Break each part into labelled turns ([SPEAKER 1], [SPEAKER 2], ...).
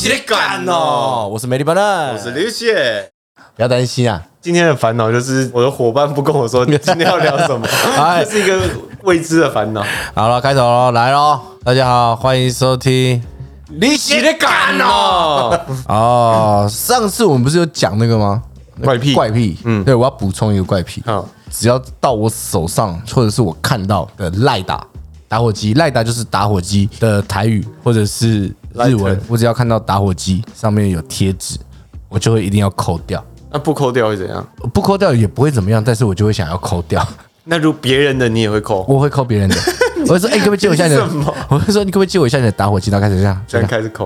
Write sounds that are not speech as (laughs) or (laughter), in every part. [SPEAKER 1] 接
[SPEAKER 2] 干
[SPEAKER 1] 哦！我是美丽巴奈，
[SPEAKER 2] 我是刘雪。
[SPEAKER 1] 不要担心啊，
[SPEAKER 2] 今天的烦恼就是我的伙伴不跟
[SPEAKER 1] (laughs)
[SPEAKER 2] 我说今天要聊什么，
[SPEAKER 1] 哎
[SPEAKER 2] 这是一个未知的烦恼。
[SPEAKER 1] 好了，开头喽，来喽！大家好，欢迎收听。
[SPEAKER 2] 你写的干哦！
[SPEAKER 1] 哦，上次我们不是有讲那个吗？
[SPEAKER 2] 怪癖
[SPEAKER 1] 怪癖。嗯，对，我要补充一个怪癖。
[SPEAKER 2] 好
[SPEAKER 1] 只要到我手上或者是我看到的赖打打火机，赖打就是打火机的台语或者是日
[SPEAKER 2] Lighter
[SPEAKER 1] 文，我只要看到打火机上面有贴纸，我就会一定要抠掉。
[SPEAKER 2] 那不抠掉会怎样？
[SPEAKER 1] 不抠掉也不会怎么样，但是我就会想要抠掉。
[SPEAKER 2] 那如别人的你也会抠？
[SPEAKER 1] 我会抠别
[SPEAKER 2] (laughs)
[SPEAKER 1] 人的。我会说，哎、你可不可以借我一下你的
[SPEAKER 2] 你是什么？
[SPEAKER 1] 我会说，你可不可以借我一下你的打火机？然后开始这样，
[SPEAKER 2] 这样开始抠，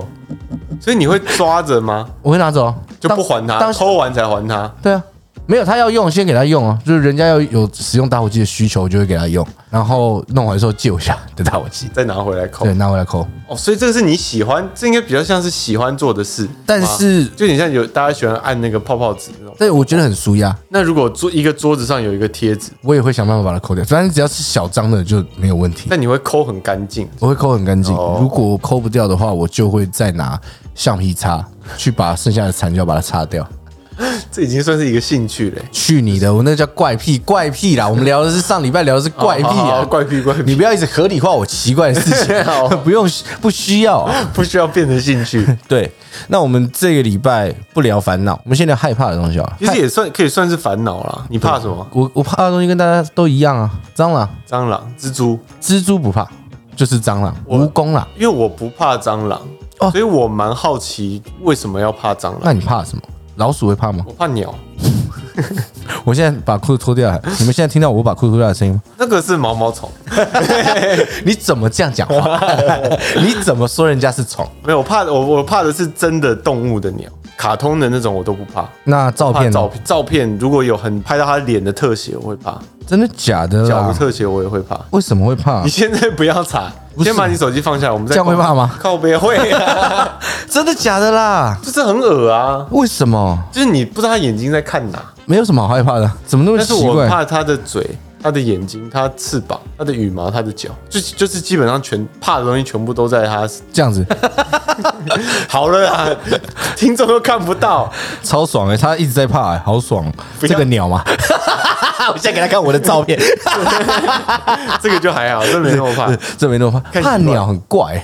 [SPEAKER 2] 所以你会抓着吗？
[SPEAKER 1] 我会拿走，
[SPEAKER 2] 就不还
[SPEAKER 1] 当
[SPEAKER 2] 他，
[SPEAKER 1] 时
[SPEAKER 2] 抠完才还他。
[SPEAKER 1] 对啊，没有他要用，先给他用啊。就是人家要有使用打火机的需求，我就会给他用。然后弄完之后借我一下你的打火机，
[SPEAKER 2] 再拿回来抠
[SPEAKER 1] 对，拿回来抠。
[SPEAKER 2] 哦，所以这个是你喜欢，这应该比较像是喜欢做的事，
[SPEAKER 1] 但是，
[SPEAKER 2] 就你像有大家喜欢按那个泡泡纸那种。
[SPEAKER 1] 但我觉得很舒压，
[SPEAKER 2] 那如果桌一个桌子上有一个贴纸，
[SPEAKER 1] 我也会想办法把它抠掉。反正只要是小张的就没有问题，
[SPEAKER 2] 那你会抠很干净，
[SPEAKER 1] 我会抠很干净。
[SPEAKER 2] 哦
[SPEAKER 1] 如果抠不掉的话，我就会再拿橡皮擦去把剩下的残胶把它擦掉。
[SPEAKER 2] 这已经算是一个兴趣嘞。
[SPEAKER 1] 去你的！我那叫怪癖，怪癖啦！我们聊的是上礼拜聊的是怪癖
[SPEAKER 2] 哦好好好
[SPEAKER 1] 啊，
[SPEAKER 2] 怪癖怪癖，
[SPEAKER 1] 你不要一直合理化我奇怪的事
[SPEAKER 2] (laughs) 好
[SPEAKER 1] 情，不用不需要、啊。
[SPEAKER 2] 不需要变成兴趣，
[SPEAKER 1] 对，那我们这个礼拜不聊烦恼，我们先聊害怕的东西啊。
[SPEAKER 2] 其实也算可以算是烦恼啦。你怕什么？
[SPEAKER 1] 我我怕的东西跟大家都一样啊，蟑螂、
[SPEAKER 2] 蟑螂、蜘蛛？
[SPEAKER 1] 蜘蛛不怕，就是蟑螂、蜈蚣啦。
[SPEAKER 2] 因为我不怕蟑螂，
[SPEAKER 1] 哦
[SPEAKER 2] 所以我蛮好奇为什么要怕蟑螂。
[SPEAKER 1] 那你怕什么？老鼠会怕吗
[SPEAKER 2] 我？怕鸟，
[SPEAKER 1] (laughs) 我现在把裤子脱掉
[SPEAKER 2] (laughs)
[SPEAKER 1] 了，你们现在听到我把裤子脱掉的声音吗？
[SPEAKER 2] 那个是毛毛虫，
[SPEAKER 1] (laughs) 你怎么这样讲
[SPEAKER 2] (laughs)
[SPEAKER 1] 话？你怎么说人家是虫？
[SPEAKER 2] 没有我怕我我怕的是真的动物的鸟，卡通的那种我都不怕。
[SPEAKER 1] 那照
[SPEAKER 2] 怕
[SPEAKER 1] 片
[SPEAKER 2] 照
[SPEAKER 1] 呢？
[SPEAKER 2] 片照片如果有很拍到他脸的特写，我会怕；
[SPEAKER 1] 真的假的
[SPEAKER 2] 脚的
[SPEAKER 1] 啦？
[SPEAKER 2] 特写我也会怕。
[SPEAKER 1] 为什么会怕
[SPEAKER 2] 你？现在不要查，
[SPEAKER 1] 不是
[SPEAKER 2] 先把你手机放下，我们再
[SPEAKER 1] 这样会怕吗
[SPEAKER 2] 靠背会啊，
[SPEAKER 1] (laughs) 真的假的啦？
[SPEAKER 2] 就是很恶啊，
[SPEAKER 1] 为什么？
[SPEAKER 2] 就是你不知道他眼睛在看哪，
[SPEAKER 1] 没有什么好害怕的，怎么那么
[SPEAKER 2] 但是
[SPEAKER 1] 奇
[SPEAKER 2] 我很
[SPEAKER 1] 怪？
[SPEAKER 2] 怕他的嘴、他的眼睛、他翅膀、他的羽毛、他的脚，就就是基本上全怕的东西全部都在他。
[SPEAKER 1] (laughs)
[SPEAKER 2] (laughs)
[SPEAKER 1] 这样子
[SPEAKER 2] 好了啦， (laughs) 听众都看不到，
[SPEAKER 1] 超爽哎、欸，他一直在怕哎、好爽！
[SPEAKER 2] 要
[SPEAKER 1] 这个鸟
[SPEAKER 2] (laughs)
[SPEAKER 1] 嘛，我现在给他看我的照片，
[SPEAKER 2] 这个就还好，这没那么怕。
[SPEAKER 1] (laughs) 这没那么怕，
[SPEAKER 2] 看
[SPEAKER 1] 怕
[SPEAKER 2] 习惯
[SPEAKER 1] 鸟很怪欸、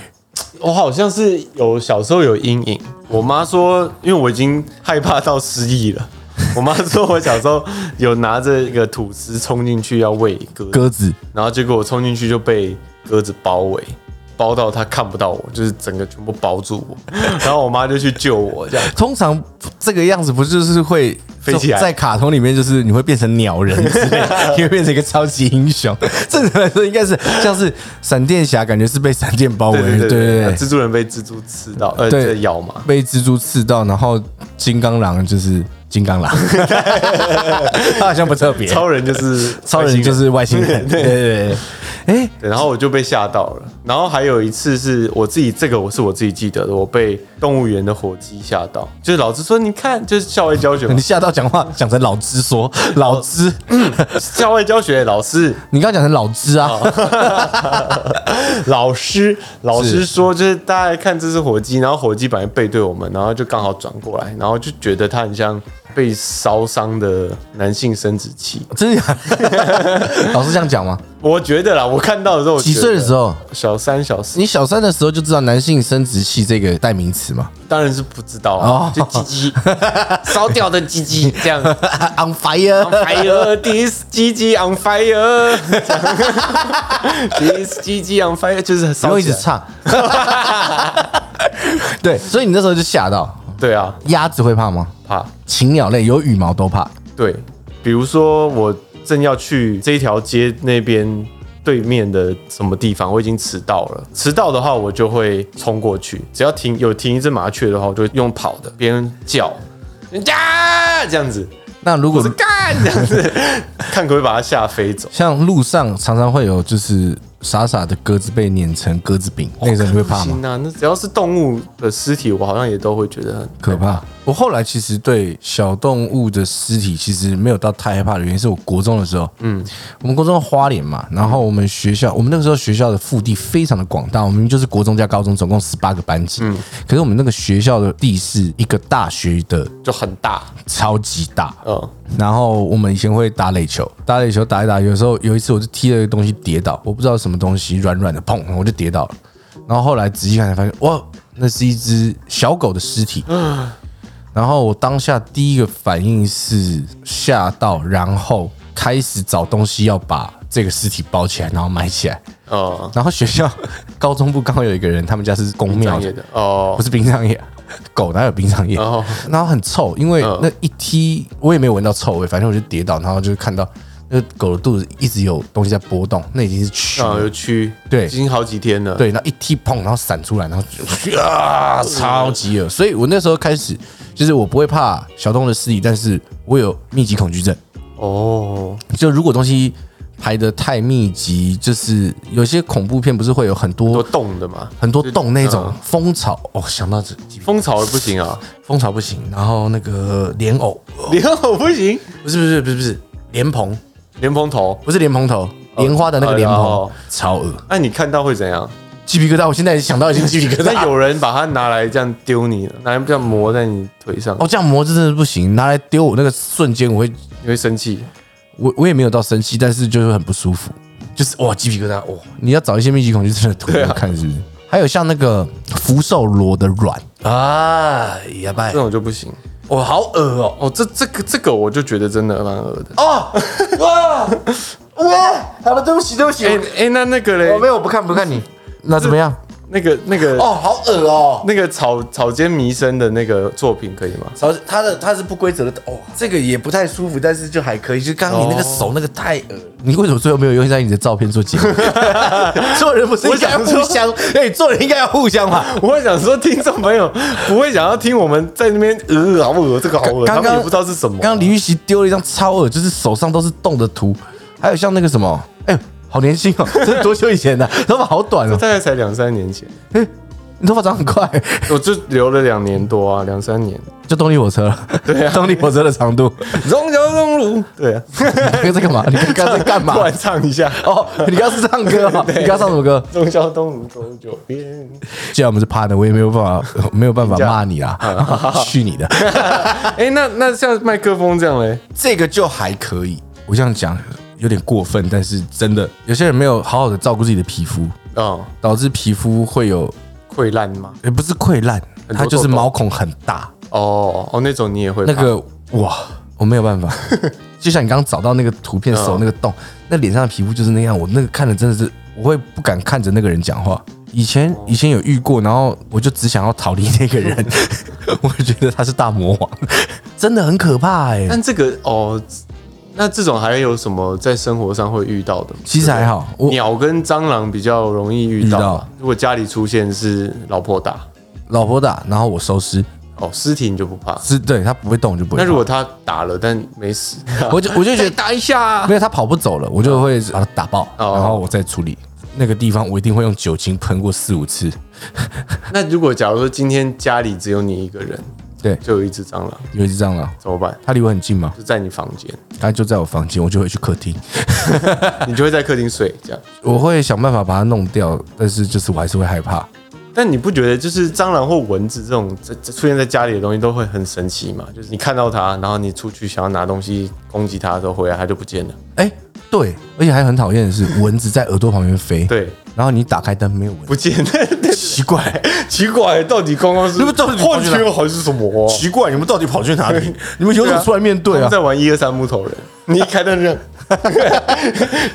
[SPEAKER 2] 我好像是有小时候有阴影，我妈说，因为我已经害怕到失忆了。我妈说我小时候有拿着一个吐司冲进去要喂鸽子，
[SPEAKER 1] 鸽子
[SPEAKER 2] 然后结果我冲进去就被鸽子包围，包到它看不到我，就是整个全部包住我。然后我妈就去救我，这样
[SPEAKER 1] 通常这个样子不就是会
[SPEAKER 2] 飞起来
[SPEAKER 1] 在卡通里面就是你会变成鸟人之类，
[SPEAKER 2] (laughs)
[SPEAKER 1] 你会变成一个超级英雄。正常来说应该是像是闪电侠，感觉是被闪电包围，
[SPEAKER 2] 对对对啊
[SPEAKER 1] 对
[SPEAKER 2] 蜘蛛人被蜘蛛吃到，呃，
[SPEAKER 1] 对
[SPEAKER 2] 这咬嘛，
[SPEAKER 1] 被蜘蛛刺到，然后金刚狼就是金刚狼，
[SPEAKER 2] (laughs)
[SPEAKER 1] 他好像不特别。
[SPEAKER 2] 超人就是
[SPEAKER 1] 超人就是外星人，对对对。哎，
[SPEAKER 2] 对，然后我就被吓到了。然后还有一次是我自己，这个我是我自己记得的，我被动物园的火鸡吓到，就是老师说你看，就是校外教学嘛
[SPEAKER 1] (laughs) 你，吓到讲话讲成老之说，老之，
[SPEAKER 2] 嗯校外教学老师，
[SPEAKER 1] 你刚刚讲成老之啊，
[SPEAKER 2] 哦老师，老
[SPEAKER 1] 是
[SPEAKER 2] 师说就是大家看这只火鸡，然后火鸡本来背对我们，然后就刚好转过来，然后就觉得它很像被烧伤的男性生殖器。
[SPEAKER 1] (laughs) 真的假的？
[SPEAKER 2] (laughs)
[SPEAKER 1] 老师这样讲吗？
[SPEAKER 2] 我觉得啦，我看到的时候，
[SPEAKER 1] 几岁的时
[SPEAKER 2] 候？
[SPEAKER 1] 候？
[SPEAKER 2] 小三、小四，
[SPEAKER 1] 你小三的时候就知道男性生殖器这个代名词吗
[SPEAKER 2] 当然是不知道啊，
[SPEAKER 1] 哦
[SPEAKER 2] 就鸡鸡烧掉的鸡鸡这样。
[SPEAKER 1] (laughs) ？On fire！
[SPEAKER 2] fire, this GG on fire, this GG on fire，就是
[SPEAKER 1] 不
[SPEAKER 2] 烧
[SPEAKER 1] 用一
[SPEAKER 2] 起
[SPEAKER 1] 直
[SPEAKER 2] 来。
[SPEAKER 1] 唱。 (laughs) 对，所以你那时候就吓到。
[SPEAKER 2] 对啊，
[SPEAKER 1] 鸭子会怕吗？
[SPEAKER 2] 怕。
[SPEAKER 1] 禽鸟类有羽毛都怕。
[SPEAKER 2] 对，比如说我正要去这一条街那边对面的什么地方，我已经迟到了。迟到的话，我就会冲过去。只要停有停一只麻雀的话，我就用跑的，别人叫。呀，这样子，
[SPEAKER 1] 那如
[SPEAKER 2] 我
[SPEAKER 1] 果
[SPEAKER 2] 是干这样子，看可不可以把它吓飞走。
[SPEAKER 1] 像路上常常会有就是傻傻的鸽子被碾成
[SPEAKER 2] 嗯
[SPEAKER 1] 鸽子饼，那个时候你会怕吗？
[SPEAKER 2] 行啊，那只要是动物的尸体，我好像也都会觉得很
[SPEAKER 1] 可怕。我后来其实对小动物的尸体其实没有到太害怕的原因，是我国中的时候，嗯，我们国中的花莲嘛，然后我们学校，我们那个时候学校的腹地非常的广大，我们就是国中加高中总共十八个班级，嗯，可是我们那个学校的地是一个大学的
[SPEAKER 2] 就很大，
[SPEAKER 1] 超级大，
[SPEAKER 2] 嗯，
[SPEAKER 1] 然后我们以前会打垒球，打垒球打一打，有时候有一次我就踢了个东西跌倒，我不知道什么东西软软的，砰，我就跌倒了。然后后来仔细看才发现，哇，那是一只小狗的尸体。然后我当下第一个反应是吓到，然后开始找东西要把这个尸体包起来，然后埋起来。
[SPEAKER 2] 哦、
[SPEAKER 1] 然后学校高中部刚好有一个人，他们家是公
[SPEAKER 2] 嗯，
[SPEAKER 1] 庙
[SPEAKER 2] 专
[SPEAKER 1] 的
[SPEAKER 2] 业，的哦
[SPEAKER 1] 不，是冰上液，啊 (laughs) 狗哪有冰上液？
[SPEAKER 2] 哦
[SPEAKER 1] 然后很臭，因为那一踢我也没有闻到臭味，反正我就跌倒，然后就看到那个狗的肚子一直有东西在波动，那已经是蛆
[SPEAKER 2] 啊
[SPEAKER 1] 了。
[SPEAKER 2] 有蛆，
[SPEAKER 1] 对
[SPEAKER 2] 已经好几天了，，
[SPEAKER 1] 对，然后一踢砰，然后闪出来，然后就啊，超级恶。所以我那时候开始，就是我不会怕小动物的尸体，但是我有密集恐惧症。
[SPEAKER 2] 哦，
[SPEAKER 1] 就如果东西排的太密集，就是有些恐怖片不是会有很
[SPEAKER 2] 多
[SPEAKER 1] 多
[SPEAKER 2] 动的嘛，
[SPEAKER 1] 很多洞那种蜂巢哦，想到这
[SPEAKER 2] 蜂巢不行啊，
[SPEAKER 1] 蜂巢不行，然后那个莲藕
[SPEAKER 2] 莲藕不行，
[SPEAKER 1] 不是不是不是不是莲蓬，
[SPEAKER 2] 莲蓬头，
[SPEAKER 1] 不是莲蓬头，莲花的那个莲
[SPEAKER 2] 哎
[SPEAKER 1] 蓬
[SPEAKER 2] 哦，
[SPEAKER 1] 超恶，
[SPEAKER 2] 那、你看到会怎样？
[SPEAKER 1] 鸡皮疙瘩，我现在想到已经鸡皮疙
[SPEAKER 2] 那
[SPEAKER 1] 瘩。
[SPEAKER 2] 有人把它拿来这样丢你，拿来这样磨在你腿上，
[SPEAKER 1] 哦，这样磨真的是不行，拿来丢我那个瞬间，我会，
[SPEAKER 2] 你会生气。
[SPEAKER 1] 我我也没有到生气，但是就是很不舒服，就是哇鸡皮疙瘩，哇！你要找一些密集恐惧症的图来看是不是？还有像那个福寿螺的卵啊，哑巴
[SPEAKER 2] 这，种就不行
[SPEAKER 1] 我好恶哦，
[SPEAKER 2] 哦，这这个这个我就觉得真的蛮恶的。
[SPEAKER 1] 哦， (laughs) 哇哇，哎好了，对不起对不起
[SPEAKER 2] 哎、哎、那那个嘞，
[SPEAKER 1] 有不看不看你，那怎么样？
[SPEAKER 2] 那个那个、
[SPEAKER 1] 哦，好恶哦。
[SPEAKER 2] 那个草草间弥生的那个作品可以吗？
[SPEAKER 1] 然后它的它是不规则的哦，这个也不太舒服，但是就还可以。就刚刚你那个手那个太恶，你为什么最后没有用在你的照片做结尾？ (laughs) 做人不是应该互相？哎，做人应该要互相嘛。
[SPEAKER 2] (laughs) 我会想说，听众朋友不会想要听我们在那边呃好恶，这个好恶，他
[SPEAKER 1] 刚刚
[SPEAKER 2] 们也不知道是什么。
[SPEAKER 1] 刚刚李玉玺丢了一张超恶，就是手上都是洞的图，还有像那个什么，哎呦，好年轻哦，这是多久以前的？ (laughs) 头发好短哦，
[SPEAKER 2] 大概才两三年前，
[SPEAKER 1] 你头发长很快，
[SPEAKER 2] 我就留了两年多啊，两三年。
[SPEAKER 1] 就动力火车了。对啊，动力火车的长度。
[SPEAKER 2] 中桥中路，对啊，
[SPEAKER 1] 你在干嘛？你刚刚在干 (laughs)
[SPEAKER 2] (laughs)
[SPEAKER 1] 嘛
[SPEAKER 2] 突？然唱一下
[SPEAKER 1] 哦，你刚刚是唱歌 (laughs) 吗？你刚刚唱什么歌？
[SPEAKER 2] 中桥东路走九
[SPEAKER 1] (laughs)
[SPEAKER 2] 遍，
[SPEAKER 1] 既然我们是 partner，我也没有办法，没有办法骂你
[SPEAKER 2] (laughs)
[SPEAKER 1] 啦，
[SPEAKER 2] 嗯
[SPEAKER 1] (laughs) 去你的！
[SPEAKER 2] 哎、那那像麦克风这样嘞，
[SPEAKER 1] 这个就还可以，我这样讲有点过分，但是真的有些人没有好好的照顾自己的皮肤，
[SPEAKER 2] 哦，
[SPEAKER 1] 导致皮肤会有，
[SPEAKER 2] 溃烂吗？
[SPEAKER 1] 也不是溃烂，
[SPEAKER 2] 多
[SPEAKER 1] 它就是
[SPEAKER 2] 痘痘
[SPEAKER 1] 毛孔很大，
[SPEAKER 2] 哦哦，那种你也会
[SPEAKER 1] 那
[SPEAKER 2] 怕
[SPEAKER 1] 个哇，我没有办
[SPEAKER 2] (laughs)
[SPEAKER 1] 法。就像你刚刚找到那个图片
[SPEAKER 2] 嗯
[SPEAKER 1] 手那个洞，那脸上的皮肤就是那样，我那个看着真的是，我会不敢看着那个人讲话。以前
[SPEAKER 2] 哦
[SPEAKER 1] 以前有遇过，然后我就只想要逃离那个
[SPEAKER 2] (laughs)
[SPEAKER 1] 人，我觉得他是大魔王，真的很可怕哎、
[SPEAKER 2] 但这个哦，那这种还有什么在生活上会遇到的吗？
[SPEAKER 1] 其实还好，我
[SPEAKER 2] 鸟跟蟑螂比较容易遇到
[SPEAKER 1] 遇
[SPEAKER 2] 嘛
[SPEAKER 1] 到。
[SPEAKER 2] 如果家里出现是老婆打
[SPEAKER 1] 老婆打，然后我收尸，
[SPEAKER 2] 哦，尸体你就不怕。
[SPEAKER 1] 是对他不会动我就不会
[SPEAKER 2] 那
[SPEAKER 1] 怕。
[SPEAKER 2] 如果他打了但没死，
[SPEAKER 1] 我就我就觉得
[SPEAKER 2] (laughs) 打一下啊
[SPEAKER 1] 没有他跑不走了，我就会把他打爆，
[SPEAKER 2] 哦
[SPEAKER 1] 然后我再处理。那个地方我一定会用酒精喷过四五次，
[SPEAKER 2] 那如果假如说今天家里只有你一个人，
[SPEAKER 1] 对
[SPEAKER 2] 就有一只蟑螂，
[SPEAKER 1] 有一次这样了。
[SPEAKER 2] 怎么办？
[SPEAKER 1] 他离我很近吗？
[SPEAKER 2] 就在你房间，
[SPEAKER 1] 他就在我房间，我就会去客厅，
[SPEAKER 2] 你就会在客厅睡这样。
[SPEAKER 1] 我会想办法把它弄掉，但是就是我还是会害怕。
[SPEAKER 2] 但你不觉得就是蟑螂或蚊子这种在在出现在家里的东西都会很神奇吗？就是你看到它，然后你出去想要拿东西攻击它的时候，回来它就不见了。
[SPEAKER 1] 哎、对，而且还很讨厌的是，蚊子在耳朵旁边飞，
[SPEAKER 2] 对，
[SPEAKER 1] 然后你打开灯没有蚊
[SPEAKER 2] 不
[SPEAKER 1] 子，
[SPEAKER 2] 见了， (laughs)
[SPEAKER 1] 奇怪， (laughs)
[SPEAKER 2] 奇怪，到底刚刚是
[SPEAKER 1] 那不到底
[SPEAKER 2] 幻觉还是什么、
[SPEAKER 1] 奇怪，你们到底跑去哪里？ (laughs) 你们有种出来面对
[SPEAKER 2] 他
[SPEAKER 1] 啊
[SPEAKER 2] 们？在玩一二三木头 (laughs) 人，你一开灯就这样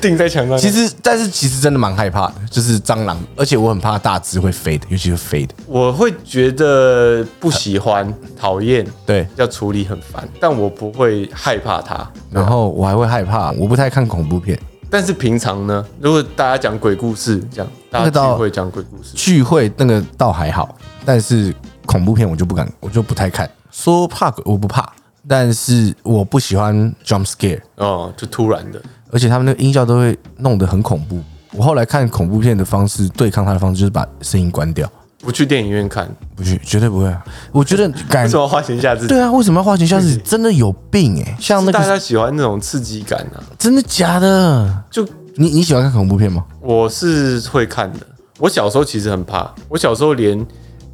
[SPEAKER 2] 钉在墙上。
[SPEAKER 1] 其
[SPEAKER 2] 实
[SPEAKER 1] 实，但是其实真的蛮害怕的，就是蟑螂，而且我很怕大只会飞的，尤其是飞的。
[SPEAKER 2] 我会觉得不喜欢、讨厌，
[SPEAKER 1] 对，
[SPEAKER 2] 要处理很烦，但我不会害怕它。
[SPEAKER 1] 然后我还会害怕，我不太看恐怖片。
[SPEAKER 2] 但是平常呢，如果大家讲鬼故事，这样大
[SPEAKER 1] 那个
[SPEAKER 2] 家
[SPEAKER 1] 倒
[SPEAKER 2] 聚会讲鬼故事，
[SPEAKER 1] 聚会那个倒还好，但是恐怖片我就不敢，我就不太看。说怕鬼我不怕，但是我不喜欢 jump scare，
[SPEAKER 2] 哦，就突然的，
[SPEAKER 1] 而且他们那个音效都会弄得很恐怖。我后来看恐怖片的方式对抗它的方式就是把声音关掉，
[SPEAKER 2] 不去电影院看，
[SPEAKER 1] 不去，绝对不会啊！我觉得感
[SPEAKER 2] 为什么要花钱吓自己？
[SPEAKER 1] 对啊，为什么要花钱吓自己？真的有病哎、像那
[SPEAKER 2] 大
[SPEAKER 1] 个
[SPEAKER 2] 家喜欢那种刺激感啊，
[SPEAKER 1] 真的假的？
[SPEAKER 2] 就
[SPEAKER 1] 你你喜欢看恐怖片吗？
[SPEAKER 2] 我是会看的。我小时候其实很怕，我小时候连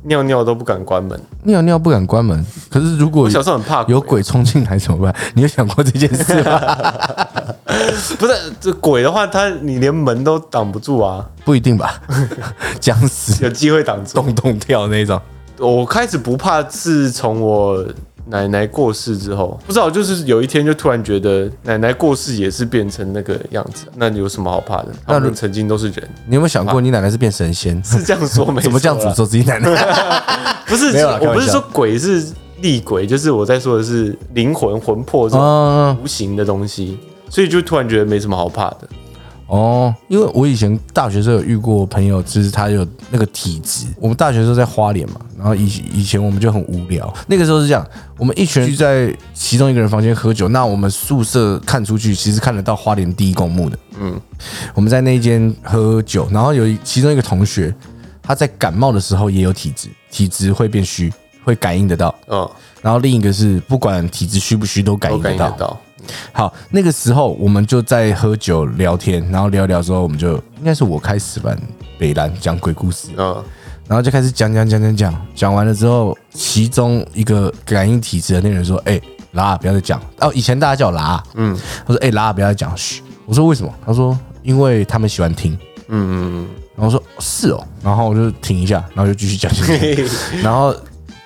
[SPEAKER 2] 尿尿都不敢关门，
[SPEAKER 1] 尿尿不敢关门，可是如果
[SPEAKER 2] 我小时候很怕
[SPEAKER 1] 有鬼冲进来怎么办？你有想过这件事吗？
[SPEAKER 2] 不是这鬼的话，它你连门都挡不住啊，
[SPEAKER 1] 不一定吧， (laughs) 僵尸
[SPEAKER 2] 有机会挡住。
[SPEAKER 1] 咚咚跳那种。
[SPEAKER 2] 我开始不怕是从我奶奶过世之后，不知道就是有一天就突然觉得奶奶过世也是变成那个样子，那你有什么好怕的？他们曾经都是人，
[SPEAKER 1] 你有没有想过你奶奶是变神仙？
[SPEAKER 2] 是这样说没？
[SPEAKER 1] 怎么这样诅？咒自己奶奶？
[SPEAKER 2] 不是，
[SPEAKER 1] 没有啦开玩笑
[SPEAKER 2] 我不是说鬼是厉鬼，就是我在说的是灵魂魂魄这种
[SPEAKER 1] 嗯，
[SPEAKER 2] 无形的东西，所以就突然觉得没什么好怕的。
[SPEAKER 1] 哦，因为我以前大学时候有遇过朋友，就是他有那个体质。我们大学时候在花莲嘛，然后以以前我们就很无聊，那个时候是这样，我们一群人聚在其中一个人房间喝酒，那我们宿舍看出去其实看得到花莲第一公墓的。嗯，我们在那间喝酒，然后有一其中一个同学，他在感冒的时候也有体质，体质会变虚，会感应得到。
[SPEAKER 2] 嗯，
[SPEAKER 1] 然后另一个是不管体质虚不虚都感
[SPEAKER 2] 我
[SPEAKER 1] 应
[SPEAKER 2] 感
[SPEAKER 1] 得
[SPEAKER 2] 应得
[SPEAKER 1] 到。
[SPEAKER 2] 到。
[SPEAKER 1] 好，那个时候我们就在喝酒聊天，然后聊一聊之后，我们就应该是我开始吧，北兰讲鬼故事，
[SPEAKER 2] 嗯，
[SPEAKER 1] 然后就开始讲讲讲讲讲，讲完了之后，其中一个感应体质的那个人说：“哎、拉，不要再讲。”哦，以前大家叫我拉，嗯，他说：“哎、拉，不要再讲。”嘘，我说为什么？他说：“因为他们喜欢听。”
[SPEAKER 2] 嗯
[SPEAKER 1] 然后我说是哦，然后我就停一下，然后就继续讲讲讲
[SPEAKER 2] 嘿嘿 (laughs)
[SPEAKER 1] 然后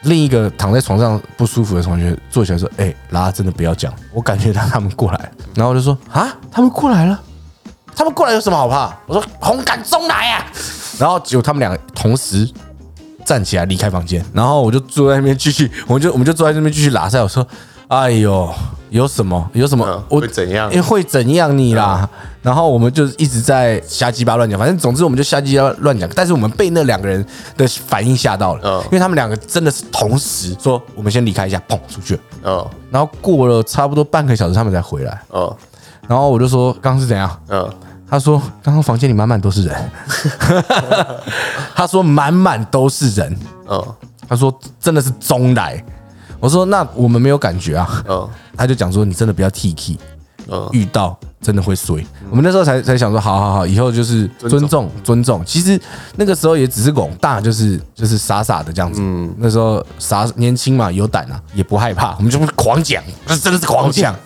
[SPEAKER 1] 另一个躺在床上不舒服的同学坐起来说：“哎、拉，真的不要讲，我感觉到他们过来。”然后我就说：“啊，他们过来了，他们过来有什么好怕？”我说：“红感中来呀、啊！” (laughs) 然后结果他们两个同时站起来离开房间，然后我就坐在那边继续， (laughs) 我们就我们就坐在那边继续拉塞。我说：“哎呦，有什么有什么？
[SPEAKER 2] 嗯，
[SPEAKER 1] 我
[SPEAKER 2] 会怎样嗯
[SPEAKER 1] 因？为会怎样你啦？然后我们就一直在瞎鸡巴乱讲，反正总之我们就瞎鸡巴乱讲。但是我们被那两个人的反应吓到了
[SPEAKER 2] 嗯，
[SPEAKER 1] 因为他们两个真的是同时说我们先离开一下，砰出去了。
[SPEAKER 2] 嗯
[SPEAKER 1] 然后过了差不多半个小时，他们才回来。
[SPEAKER 2] 嗯
[SPEAKER 1] 然后我就说刚刚是怎样？
[SPEAKER 2] 嗯，
[SPEAKER 1] 他说刚刚房间里满满都是 (laughs) 人。他说满满都是人。
[SPEAKER 2] 嗯
[SPEAKER 1] 他说真的是中来。我说那我们没有感觉啊。
[SPEAKER 2] 嗯
[SPEAKER 1] 他就讲说你真的不要 T K。
[SPEAKER 2] 嗯，
[SPEAKER 1] 遇到真的会衰。我们那时候才才想说，好好好，以后就是嗯尊重尊重。其实那个时候也只是拱大，就是就是傻傻的这样子。嗯，那时候傻年轻嘛，有胆啊，也不害怕，我们就狂讲，那真的是狂讲。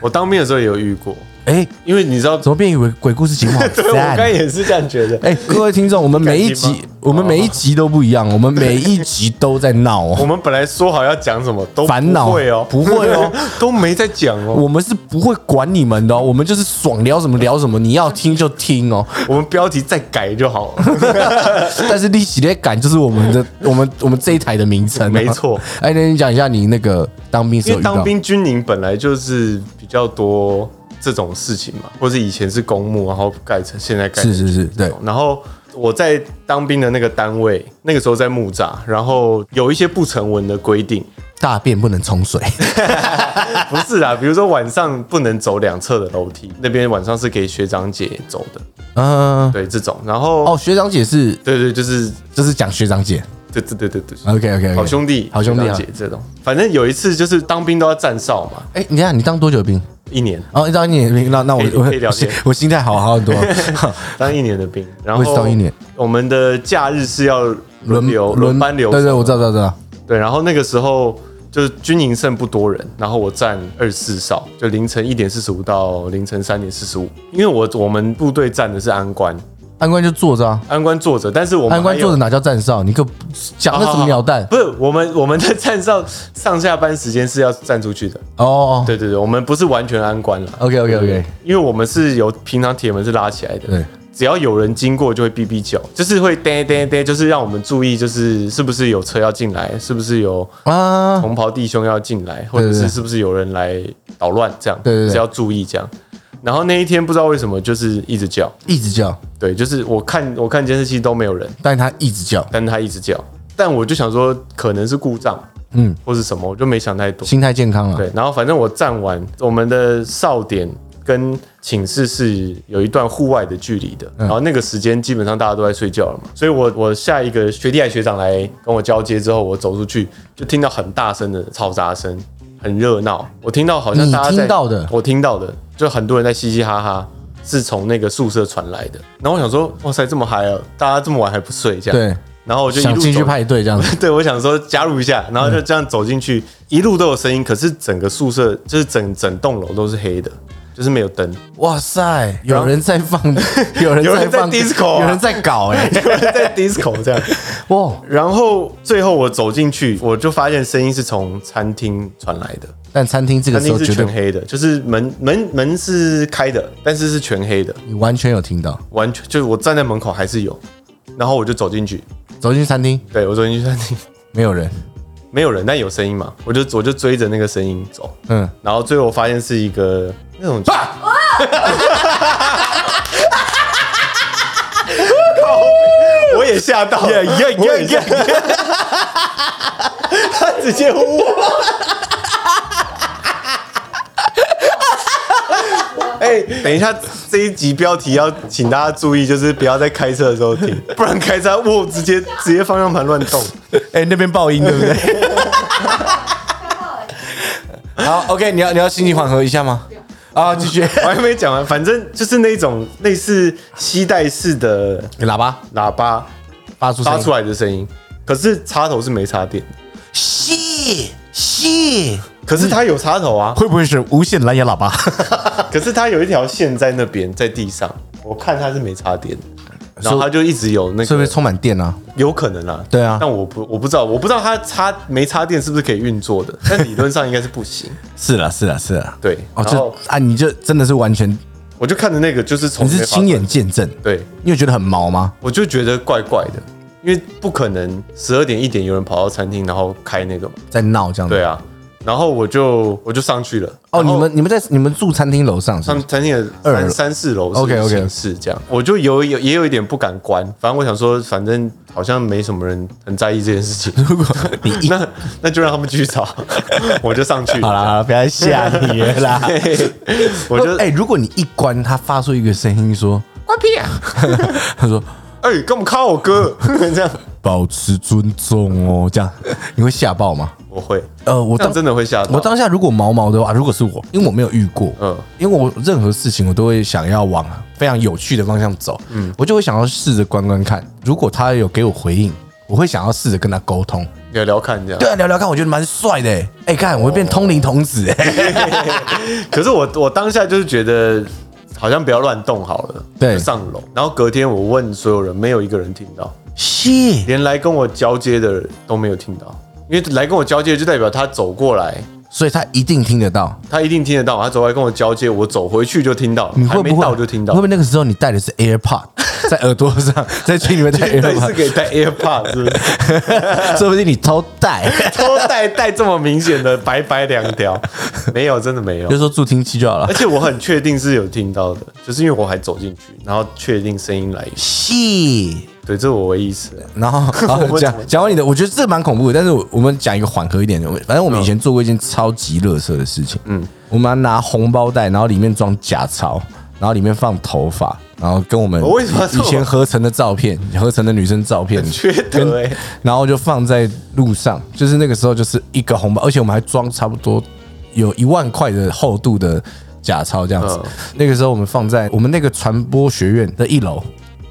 [SPEAKER 2] 我当兵的时候也有遇过，
[SPEAKER 1] 哎，
[SPEAKER 2] 因为你知道，
[SPEAKER 1] 怎么变以为鬼故事节 (laughs) 目？
[SPEAKER 2] 对我
[SPEAKER 1] 赞
[SPEAKER 2] 刚才也是这样觉得。
[SPEAKER 1] 哎，各位听众，我们每一
[SPEAKER 2] 你敢
[SPEAKER 1] 集
[SPEAKER 2] 听吗，
[SPEAKER 1] 我们每一集都不一样，我们每一集都在闹哦
[SPEAKER 2] (laughs) 我。们本来说好要讲什么都
[SPEAKER 1] 烦恼
[SPEAKER 2] 不会哦，
[SPEAKER 1] 不会哦，
[SPEAKER 2] (laughs) 都没在讲哦。
[SPEAKER 1] 我们是不会管你们的、哦，我们就是爽聊什么聊什么，你要听就听
[SPEAKER 2] (laughs)
[SPEAKER 1] 哦。
[SPEAKER 2] 我们标题再改
[SPEAKER 1] (laughs)
[SPEAKER 2] 就好了。
[SPEAKER 1] 但是利息的感就是我们的，我们我们这一台的名称、
[SPEAKER 2] 没错。
[SPEAKER 1] 哎，那你讲一下你那个当兵时
[SPEAKER 2] 因
[SPEAKER 1] 候
[SPEAKER 2] 为
[SPEAKER 1] 遇到
[SPEAKER 2] 当兵军营本来就是比较多这种事情嘛，或是以前是公墓，然后盖成现在盖成
[SPEAKER 1] 是是是，对，
[SPEAKER 2] 然后我在当兵的那个单位，那个时候在木栅，然后有一些不成文的规定，
[SPEAKER 1] 大便不能冲水， (laughs)
[SPEAKER 2] 不是啦，比如说晚上不能走两侧的楼梯，那边晚上是给学长姐走的，
[SPEAKER 1] 嗯、
[SPEAKER 2] 对这种。然后
[SPEAKER 1] 哦，学长姐是
[SPEAKER 2] 对对，就是
[SPEAKER 1] 就是讲学长姐
[SPEAKER 2] 对对对对对，
[SPEAKER 1] ，OK OK，,
[SPEAKER 2] 好兄弟、
[SPEAKER 1] 好兄弟啊
[SPEAKER 2] 学长姐这种。反正有一次就是当兵都要站哨嘛，
[SPEAKER 1] 哎、你看你当多久兵？
[SPEAKER 2] 一年
[SPEAKER 1] 哦，你当一年兵，那那我
[SPEAKER 2] 可以
[SPEAKER 1] 我
[SPEAKER 2] 可以了
[SPEAKER 1] 我心
[SPEAKER 2] 解
[SPEAKER 1] (laughs) 我心态好好很
[SPEAKER 2] (laughs)
[SPEAKER 1] 多，
[SPEAKER 2] 当一年的兵，然
[SPEAKER 1] 我也
[SPEAKER 2] 后
[SPEAKER 1] 是当一年，
[SPEAKER 2] 我们的假日是要轮流轮班留守
[SPEAKER 1] 对
[SPEAKER 2] 的，
[SPEAKER 1] 对，我知道知道知道，
[SPEAKER 2] 对，然后那个时候就是军营剩不多人，然后我站二四哨，就凌晨一点四十五到凌晨三点四十五，因为我我们部队站的是安官，
[SPEAKER 1] 安官就坐着啊，
[SPEAKER 2] 安官坐着，但是我们
[SPEAKER 1] 安官
[SPEAKER 2] 还有
[SPEAKER 1] 坐着哪叫站哨？你个讲那什么鸟蛋？
[SPEAKER 2] 不是我们我们在站哨上下班时间是要站出去的，
[SPEAKER 1] 哦哦，
[SPEAKER 2] 对对对，我们不是完全安官了。
[SPEAKER 1] ，OK OK OK，
[SPEAKER 2] 因为我们是有平常铁门是拉起来的，
[SPEAKER 1] 对，
[SPEAKER 2] 只要有人经过就会哔哔叫，就是会叮叮叮，就是让我们注意，就是是不是有车要进来，是不是有
[SPEAKER 1] 啊，
[SPEAKER 2] 同袍弟兄要进来，或者
[SPEAKER 1] 对
[SPEAKER 2] 是
[SPEAKER 1] 对
[SPEAKER 2] 是不是有人来捣乱这样，
[SPEAKER 1] 对对对
[SPEAKER 2] 是要注意这样。然后那一天不知道为什么就是一直叫，
[SPEAKER 1] 一直叫，
[SPEAKER 2] 对，就是我看我看监视器都没有人，
[SPEAKER 1] 但是他一直叫，
[SPEAKER 2] 但他一直叫，但我就想说可能是故障，嗯
[SPEAKER 1] 嗯，
[SPEAKER 2] 或是什么，我就没想太多。
[SPEAKER 1] 心态健康了。啊
[SPEAKER 2] 对，然后反正我站完我们的哨点跟寝室是有一段户外的距离的，
[SPEAKER 1] 嗯
[SPEAKER 2] 然后那个时间基本上大家都在睡觉了嘛，所以我我下一个学弟还学长来跟我交接之后，我走出去就听到很大声的嘈杂声，很热闹，我听到好像
[SPEAKER 1] 你
[SPEAKER 2] 大家在
[SPEAKER 1] 听到的
[SPEAKER 2] 我听到的就很多人在嘻嘻哈哈。是从那个宿舍传来的，然后我想说，哇塞，这么嗨啊！大家这么晚还不睡，这样。
[SPEAKER 1] 对，
[SPEAKER 2] 然后我就一
[SPEAKER 1] 想
[SPEAKER 2] 路
[SPEAKER 1] 进去
[SPEAKER 2] 走
[SPEAKER 1] 派对这样子，
[SPEAKER 2] (laughs) 对，我想说加入一下，然后就这样走进去，
[SPEAKER 1] 嗯
[SPEAKER 2] 一路都有声音，可是整个宿舍就是整整栋楼都是黑的，就是没有灯，
[SPEAKER 1] (laughs)
[SPEAKER 2] (laughs)
[SPEAKER 1] 哇塞，有人在 (laughs) 放，有人
[SPEAKER 2] 有人在
[SPEAKER 1] 放
[SPEAKER 2] disco 啊
[SPEAKER 1] 有人在搞 (laughs) 哎，
[SPEAKER 2] 有人在 disco 这样。
[SPEAKER 1] 哇！
[SPEAKER 2] 然后最后我走进去，我就发现声音是从餐厅传来的，
[SPEAKER 1] 但餐厅这个时
[SPEAKER 2] 餐
[SPEAKER 1] 候
[SPEAKER 2] 厅是
[SPEAKER 1] 绝
[SPEAKER 2] 全
[SPEAKER 1] 对
[SPEAKER 2] 黑的，就是门门门是开的，但是是全黑的，
[SPEAKER 1] 你完全有听到，
[SPEAKER 2] 完全就是我站在门口还是有，然后我就走进去，
[SPEAKER 1] 走进餐厅
[SPEAKER 2] 对我走进去餐厅
[SPEAKER 1] 没有人，
[SPEAKER 2] 没有人，但有声音嘛，我就我就追着那个声音走，
[SPEAKER 1] 嗯，
[SPEAKER 2] 然后最后我发现是一个那种 (laughs) 我也吓到了，耶耶耶！他直接呼我。 (laughs) 哎、等一下，这一集标题要请大家注意，就是不要在开车的时候 (laughs) 听，不然开车我直接直接方向盘乱动。
[SPEAKER 1] 哎，那边爆音对不 (laughs) 对？好，OK，你要你要心情缓和一下吗？啊，继 (laughs) 续，
[SPEAKER 2] 我还没讲完，反正就是那种类似吸带式的
[SPEAKER 1] 喇叭
[SPEAKER 2] 喇叭
[SPEAKER 1] 发出声
[SPEAKER 2] 发
[SPEAKER 1] 音
[SPEAKER 2] 出来的声音，可是插头是没插电的，
[SPEAKER 1] 谢谢，
[SPEAKER 2] 可是它有插头啊。
[SPEAKER 1] 会不会是无线蓝牙喇叭？
[SPEAKER 2] 可是它有一条线在那边，在地上，我看它是没插电的，然后它就一直有那
[SPEAKER 1] 是不
[SPEAKER 2] 个
[SPEAKER 1] 是，充满电啊？
[SPEAKER 2] 有可能啊，
[SPEAKER 1] 对啊
[SPEAKER 2] 但我不我不知道，我不知道它插没插电是不是可以运作的，但理论上应该是
[SPEAKER 1] (laughs)
[SPEAKER 2] 不行。
[SPEAKER 1] 是啦，是啦，是啦。
[SPEAKER 2] 对，
[SPEAKER 1] 哦，
[SPEAKER 2] 然
[SPEAKER 1] 就
[SPEAKER 2] 后
[SPEAKER 1] 啊，你就真的是完全，
[SPEAKER 2] 我就看着那个，就是从
[SPEAKER 1] 你是
[SPEAKER 2] 没发
[SPEAKER 1] 亲眼见证，
[SPEAKER 2] 对，
[SPEAKER 1] 你有觉得很毛吗？
[SPEAKER 2] 我就觉得怪怪的，因为不可能十二点一点有人跑到餐厅然后开那个嘛，
[SPEAKER 1] 在闹这样子。
[SPEAKER 2] 对啊，然后我就我就上去了。
[SPEAKER 1] 哦，
[SPEAKER 2] 然后
[SPEAKER 1] 你们你们在你们住餐厅楼上是
[SPEAKER 2] 他
[SPEAKER 1] 不
[SPEAKER 2] 们
[SPEAKER 1] 是？
[SPEAKER 2] 餐厅的
[SPEAKER 1] 二楼
[SPEAKER 2] 三三四楼
[SPEAKER 1] OK，OK
[SPEAKER 2] 是这样，我就有有也有一点不敢关，反正我想说，反正好像没什么人很在意这件事情，
[SPEAKER 1] 如果你一
[SPEAKER 2] (laughs) 那那就让他们继续
[SPEAKER 1] (laughs)
[SPEAKER 2] 吵，我就上去。
[SPEAKER 1] 好啦，好啦，不要再吓你了啦。
[SPEAKER 2] 嘿嘿嘿 (laughs) 我就
[SPEAKER 1] 哎、如果你一关，它发出一个声音说
[SPEAKER 2] 关屁啊！
[SPEAKER 1] “ (laughs) 他说
[SPEAKER 2] 哎，干嘛卡我哥？ (laughs) 这样
[SPEAKER 1] 保持尊重哦”，这样你会吓爆吗？
[SPEAKER 2] 我会，
[SPEAKER 1] 呃，我
[SPEAKER 2] 这样
[SPEAKER 1] 当
[SPEAKER 2] 真的会吓到。
[SPEAKER 1] 我当下如果毛毛的话，如果是我，因为我没有遇过，嗯
[SPEAKER 2] 嗯，
[SPEAKER 1] 因为我任何事情我都会想要往非常有趣的方向走，嗯，我就会想要试着关关看，如果他有给我回应，我会想要试着跟他沟通，
[SPEAKER 2] 聊聊看这样。
[SPEAKER 1] 对啊，聊聊看，我觉得蛮帅的、欸，哎、看我会变通灵童子、欸，
[SPEAKER 2] 可是我我当下就是觉得。好像不要乱动好了，
[SPEAKER 1] 对
[SPEAKER 2] 就上楼。然后隔天我问所有人，没有一个人听到，
[SPEAKER 1] 谢、
[SPEAKER 2] (laughs) 连来跟我交接的人都没有听到，因为来跟我交接就代表他走过来，
[SPEAKER 1] 所以他一定听得到。
[SPEAKER 2] 他一定听得到，他走过来跟我交接，我走回去就听到，
[SPEAKER 1] 你会
[SPEAKER 2] 还
[SPEAKER 1] 不
[SPEAKER 2] 没
[SPEAKER 1] 会
[SPEAKER 2] 到就听
[SPEAKER 1] 会不
[SPEAKER 2] 到
[SPEAKER 1] 会。那个时候你戴的是 AirPod，在耳朵上， (laughs) 在群里面戴
[SPEAKER 2] (laughs) 对，是
[SPEAKER 1] AirPod，
[SPEAKER 2] 给带 AirPod 是不是？
[SPEAKER 1] 说不定你偷戴，
[SPEAKER 2] (laughs) 偷带带这么明显的白白两
[SPEAKER 1] (laughs)
[SPEAKER 2] 条，没有，真的没有
[SPEAKER 1] 就。说助听器就好了
[SPEAKER 2] 而。且我很确定是有听到的，就是因为我还走进去，然后确定声音来源。
[SPEAKER 1] 谢。
[SPEAKER 2] 对，这是我唯一一次。
[SPEAKER 1] 然后
[SPEAKER 2] (laughs)
[SPEAKER 1] 好
[SPEAKER 2] 们
[SPEAKER 1] 讲讲完你的，我觉得这蛮恐怖的，但是我我们讲一个缓和一点的。我反正我们以
[SPEAKER 2] 嗯
[SPEAKER 1] 前做过一件超级乐色的事情，嗯，我们拿红包袋，然后里面装假钞，然后里面放头发，然后跟我们
[SPEAKER 2] 我为什么要
[SPEAKER 1] 以
[SPEAKER 2] 做
[SPEAKER 1] 前合成的照片，合成的女生照片，
[SPEAKER 2] 缺德欸
[SPEAKER 1] 然后就放在路上，就是那个时候就是一个红包，而且我们还装差不多有一万块的厚度的假钞这样子。
[SPEAKER 2] 嗯
[SPEAKER 1] 那个时候我们放在我们那个传播学院的一楼，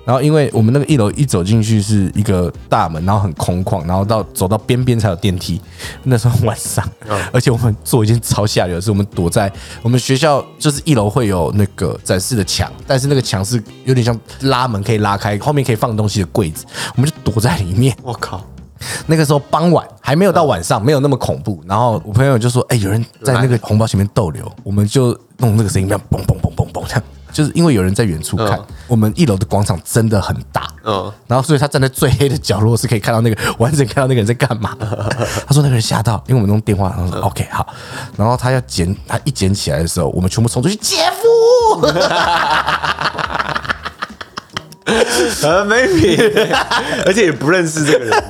[SPEAKER 1] 然后因为我们那个一楼一走进去是一个大门，然后很空旷，然后到走到边边才有电梯。那时候晚上，而且我们做一件超下流的事，我们躲在我们学校就是一楼会有那个展示的墙，但是那个墙是有点像拉门可以拉开，后面可以放东西的柜子，我们就躲在里面。
[SPEAKER 2] 我靠，
[SPEAKER 1] 那个时候傍晚还没有到晚
[SPEAKER 2] 嗯
[SPEAKER 1] 上，没有那么恐怖。然后我朋友就说：“哎、有人在那个红包前面逗留，我们就弄那个声音，这样嘣嘣嘣嘣嘣，这样就是因为有人在远处看
[SPEAKER 2] 嗯。
[SPEAKER 1] 我们一楼的广场真的很大，
[SPEAKER 2] 嗯，
[SPEAKER 1] 然后所以他站在最黑的角落是可以看到那个完整看到那个人在干
[SPEAKER 2] (laughs)
[SPEAKER 1] 嘛。他说那个人吓到，因为我们用电话，然后说 OK 好，然后他要捡，他一捡起来的时候，我们全部冲出去，姐夫，
[SPEAKER 2] 呃，maybe，而且也不认识这个人，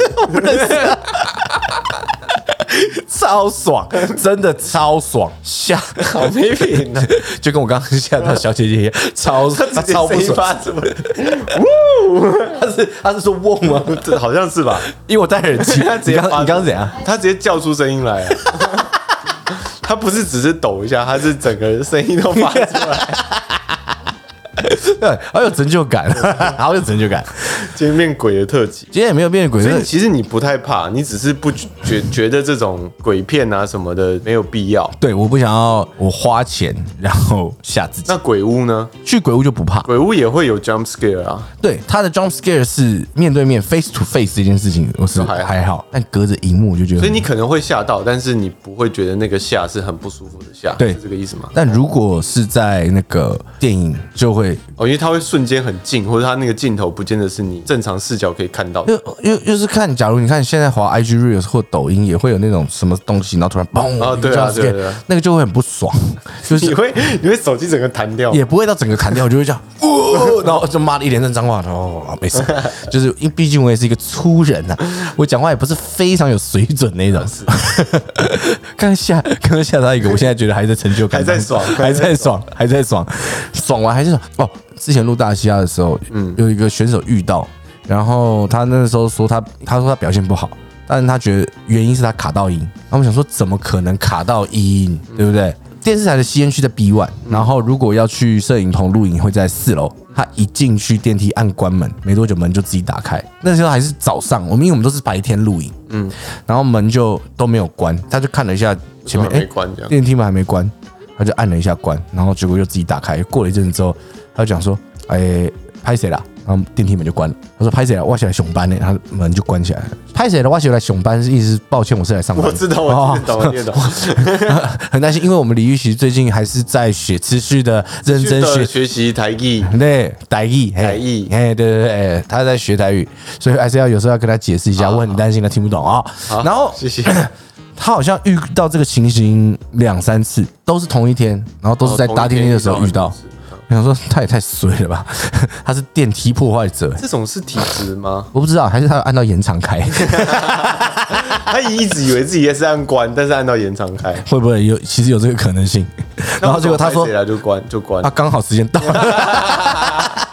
[SPEAKER 1] 超超
[SPEAKER 2] (laughs)
[SPEAKER 1] 爽，真的超爽，吓，
[SPEAKER 2] 好没品啊呢、
[SPEAKER 1] (laughs) 就跟我刚刚吓到小姐姐一样，超她
[SPEAKER 2] 啊，
[SPEAKER 1] 超不爽，
[SPEAKER 2] 发什么？
[SPEAKER 1] (laughs) 她是她是说嗡吗？
[SPEAKER 2] 这好像是吧？
[SPEAKER 1] 因为我戴耳机，啊
[SPEAKER 2] 她直接
[SPEAKER 1] 你刚
[SPEAKER 2] 发
[SPEAKER 1] 你刚刚怎样？
[SPEAKER 2] (laughs) 他直接叫出声音来、啊， (laughs) 他不是只是抖一下，他是整个声音都发出来，
[SPEAKER 1] 对，好有成就感，
[SPEAKER 2] (laughs)
[SPEAKER 1] 好有成就感。
[SPEAKER 2] 今天变鬼的特辑。
[SPEAKER 1] 今天也没有变鬼，
[SPEAKER 2] 所
[SPEAKER 1] 真
[SPEAKER 2] 以
[SPEAKER 1] 的
[SPEAKER 2] 其实你不太怕，你只是不觉觉得这种鬼片啊什么的没有必要。
[SPEAKER 1] 对，我不想要我花钱然后吓自己。
[SPEAKER 2] 那鬼屋呢？
[SPEAKER 1] 去鬼屋就不怕，
[SPEAKER 2] 鬼屋也会有 jump scare 啊，
[SPEAKER 1] 对，他的 jump scare 是面对面 face to face 这件事情，我是
[SPEAKER 2] 还好
[SPEAKER 1] 还好，但隔着荧幕我就觉得
[SPEAKER 2] 所以
[SPEAKER 1] 很。
[SPEAKER 2] 你可能会吓到，但是你不会觉得那个吓是很不舒服的吓，
[SPEAKER 1] 对
[SPEAKER 2] 是这个意思吗？
[SPEAKER 1] 但如果是在那个电影，就会
[SPEAKER 2] 哦，因为它会瞬间很近，或者它那个镜头不见得是你正常视角可以看到的。
[SPEAKER 1] 又又又是看，假如你看现在滑 IG reels 或抖音，也会有那种什么东西，然后突然嘣，
[SPEAKER 2] 哦
[SPEAKER 1] 一个
[SPEAKER 2] 对啊
[SPEAKER 1] jump
[SPEAKER 2] 对
[SPEAKER 1] scare，
[SPEAKER 2] 啊对啊
[SPEAKER 1] 那个就会很不
[SPEAKER 2] (laughs)
[SPEAKER 1] 爽，就
[SPEAKER 2] 你
[SPEAKER 1] 是
[SPEAKER 2] 会你会手机整个弹掉，
[SPEAKER 1] 也不会到整个砍掉，我就会这
[SPEAKER 2] (laughs)
[SPEAKER 1] 样，哦然后就骂了一连串脏话，然后哦没事，就是因为毕竟我也是一个粗人呐、我讲话也不是非常有水准那
[SPEAKER 2] 啊
[SPEAKER 1] 种。 (laughs) 刚吓，刚吓到一个，我现在觉得还在成就感，
[SPEAKER 2] 还在爽
[SPEAKER 1] (laughs) 还在爽，还在爽，爽完还是爽。哦，之前录大西亚的时候，嗯，有一个选手遇到，然后他那时候说他，他说他表现不好。但是他觉得原因是他卡到音，然后我想说怎么可能卡到音，
[SPEAKER 2] 嗯
[SPEAKER 1] 对不对？电视台的吸烟区在 B one，然后如果要去摄影棚录影会在四楼。他一进去电梯按关门，没多久门就自己打开。那时候还是早上，我们因为我们都是白天录影，嗯，然后门就都没有关，他就看了一下前面，
[SPEAKER 2] 还没
[SPEAKER 1] 诶
[SPEAKER 2] 关这样
[SPEAKER 1] 电梯门还没关，他就按了一下关，然后结果又自己打开。过了一阵子之后，他就讲说：“哎、拍谁啦？”然后电梯门就关了。他说：“拍谁啦？我起来熊班呢、然后门就关起来了。拍谁啦？我起来熊班，意思是抱歉，我是来上班的。哦
[SPEAKER 2] 我知道，我听得懂，我听得懂。
[SPEAKER 1] (laughs) 很担心，因为我们李玉玺最近还是在学，持续的认真
[SPEAKER 2] 去
[SPEAKER 1] 学
[SPEAKER 2] 的学习台艺，
[SPEAKER 1] 对台语，嘿
[SPEAKER 2] 台语
[SPEAKER 1] 嘿，对对对，哎他在学台语，所以还是要有时候要跟他解释一下，我很担心他听不懂啊。
[SPEAKER 2] 好
[SPEAKER 1] 然后
[SPEAKER 2] 谢谢。
[SPEAKER 1] 他好像遇到这个情形两三次，都是哦同一天，然后都是在搭电梯的时候遇到。我想说他也太衰了吧， (laughs) 他是电梯破坏者，
[SPEAKER 2] 这种是体质吗？ (laughs)
[SPEAKER 1] 我不知道，还是他按到延长 (laughs) 开，
[SPEAKER 2] 他一直以为自己也是按关，但是按到延长开，
[SPEAKER 1] 会不会有其实有这个可能性？然后结果他说
[SPEAKER 2] 那我拍谁啦就关就关
[SPEAKER 1] 啊，，刚好时间到 (laughs) 了。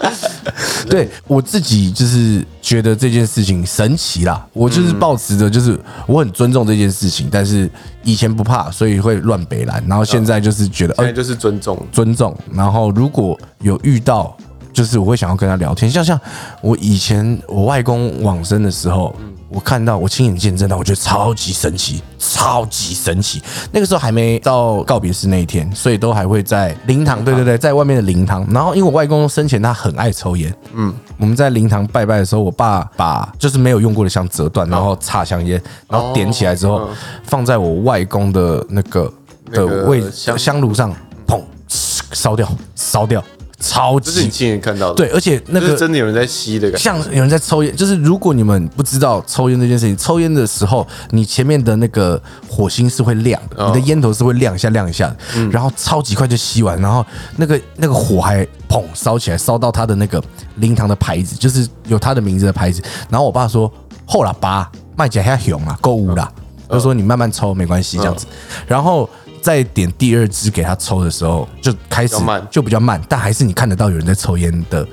[SPEAKER 1] 对我自己就是觉得这件事情神奇啦，我就是抱持着就是我很尊重这件事情，但是以前不怕，所以会乱北蓝，然后现在就是觉得
[SPEAKER 2] 现在
[SPEAKER 1] 呃
[SPEAKER 2] 就是尊重。
[SPEAKER 1] 尊重，然后如果有遇到，就是我会想要跟他聊天，像像我以前我外公往生的时候，我看到我亲眼见证到，我觉得超级神奇，超级神奇。那个时候还没到告别式那一天，所以都还会在灵
[SPEAKER 2] 嗯
[SPEAKER 1] 堂，对对对，在外面的灵堂。然后因为我外公生前他很爱抽烟，嗯，我们在灵堂拜拜的时候，我爸把就是没有用过的香折
[SPEAKER 2] 嗯
[SPEAKER 1] 断，然后插香烟，然后点起来之后，放在我外公的那个。的
[SPEAKER 2] 哦那个
[SPEAKER 1] 位
[SPEAKER 2] 香
[SPEAKER 1] 香炉上，砰，烧掉，烧掉，超
[SPEAKER 2] 这是
[SPEAKER 1] 级
[SPEAKER 2] 你亲眼看到的，
[SPEAKER 1] 对，，而且那
[SPEAKER 2] 就是
[SPEAKER 1] 个
[SPEAKER 2] 真的有人在吸的感觉。
[SPEAKER 1] 像有人在抽烟，就是如果你们不知道抽烟这件事情，抽烟的时候，你前面的那个火星是会亮的，
[SPEAKER 2] 哦
[SPEAKER 1] 你的烟头是会亮一下亮一下的，
[SPEAKER 2] 嗯
[SPEAKER 1] 然后超级快就吸完，然后那个那个火还砰烧起来，烧到他的那个灵堂的牌子，就是有他的名字的牌子，然后我爸说后喇叭卖起来还熊啊，购物啦。
[SPEAKER 2] 哦
[SPEAKER 1] 就说你慢慢抽没关系这样子，然后再点第二支给他抽的时候，就开始
[SPEAKER 2] 比较慢
[SPEAKER 1] 就比较慢，但还是你看得到有人在抽烟的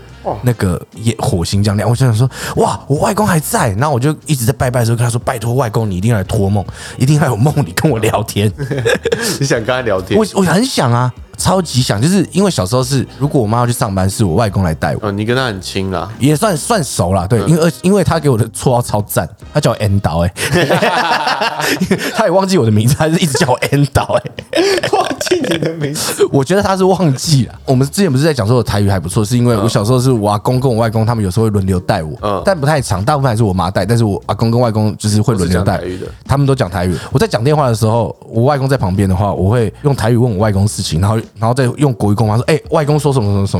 [SPEAKER 1] 那个烟火星这样亮。我就想说，哇，我外公还在，然后我就一直在拜拜的时候跟他说，拜托外公，你一定要来托梦，一定要有梦里跟我聊天。
[SPEAKER 2] 你想跟他聊天
[SPEAKER 1] 我，我很想啊，超级想，就是因为小时候是，如果我妈要去上班，是我外公来带我。
[SPEAKER 2] 哦，你跟他很亲啦，
[SPEAKER 1] 也算算熟啦，对，
[SPEAKER 2] 嗯
[SPEAKER 1] 因为因为他给我的绰号超赞，他叫我 N 导
[SPEAKER 2] (laughs)
[SPEAKER 1] 哎， (laughs) 他也忘记我的名字，他就一直叫我 N 导哎、
[SPEAKER 2] (laughs) 忘记你的名字。
[SPEAKER 1] (laughs) 我觉得他是忘记了。我们之前不是在讲说我台语还不错，是因为我小时候是我阿公跟我外公他们有时候会轮流带我，
[SPEAKER 2] 嗯
[SPEAKER 1] 但不太长，大部分还是我妈带，但是我阿公跟外公就是会轮流带
[SPEAKER 2] 都是讲台语的，
[SPEAKER 1] 他们都讲台语。我在讲电话的时候，我外公在旁边的话，我会用台语问我外公事情，然后然后再用国语跟我妈说，哎、外公说什么什么什